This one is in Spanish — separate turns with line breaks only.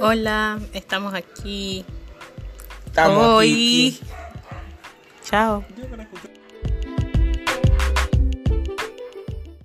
Hola, estamos aquí
Estamos
hoy.
aquí.
Chao.
Yo conozco-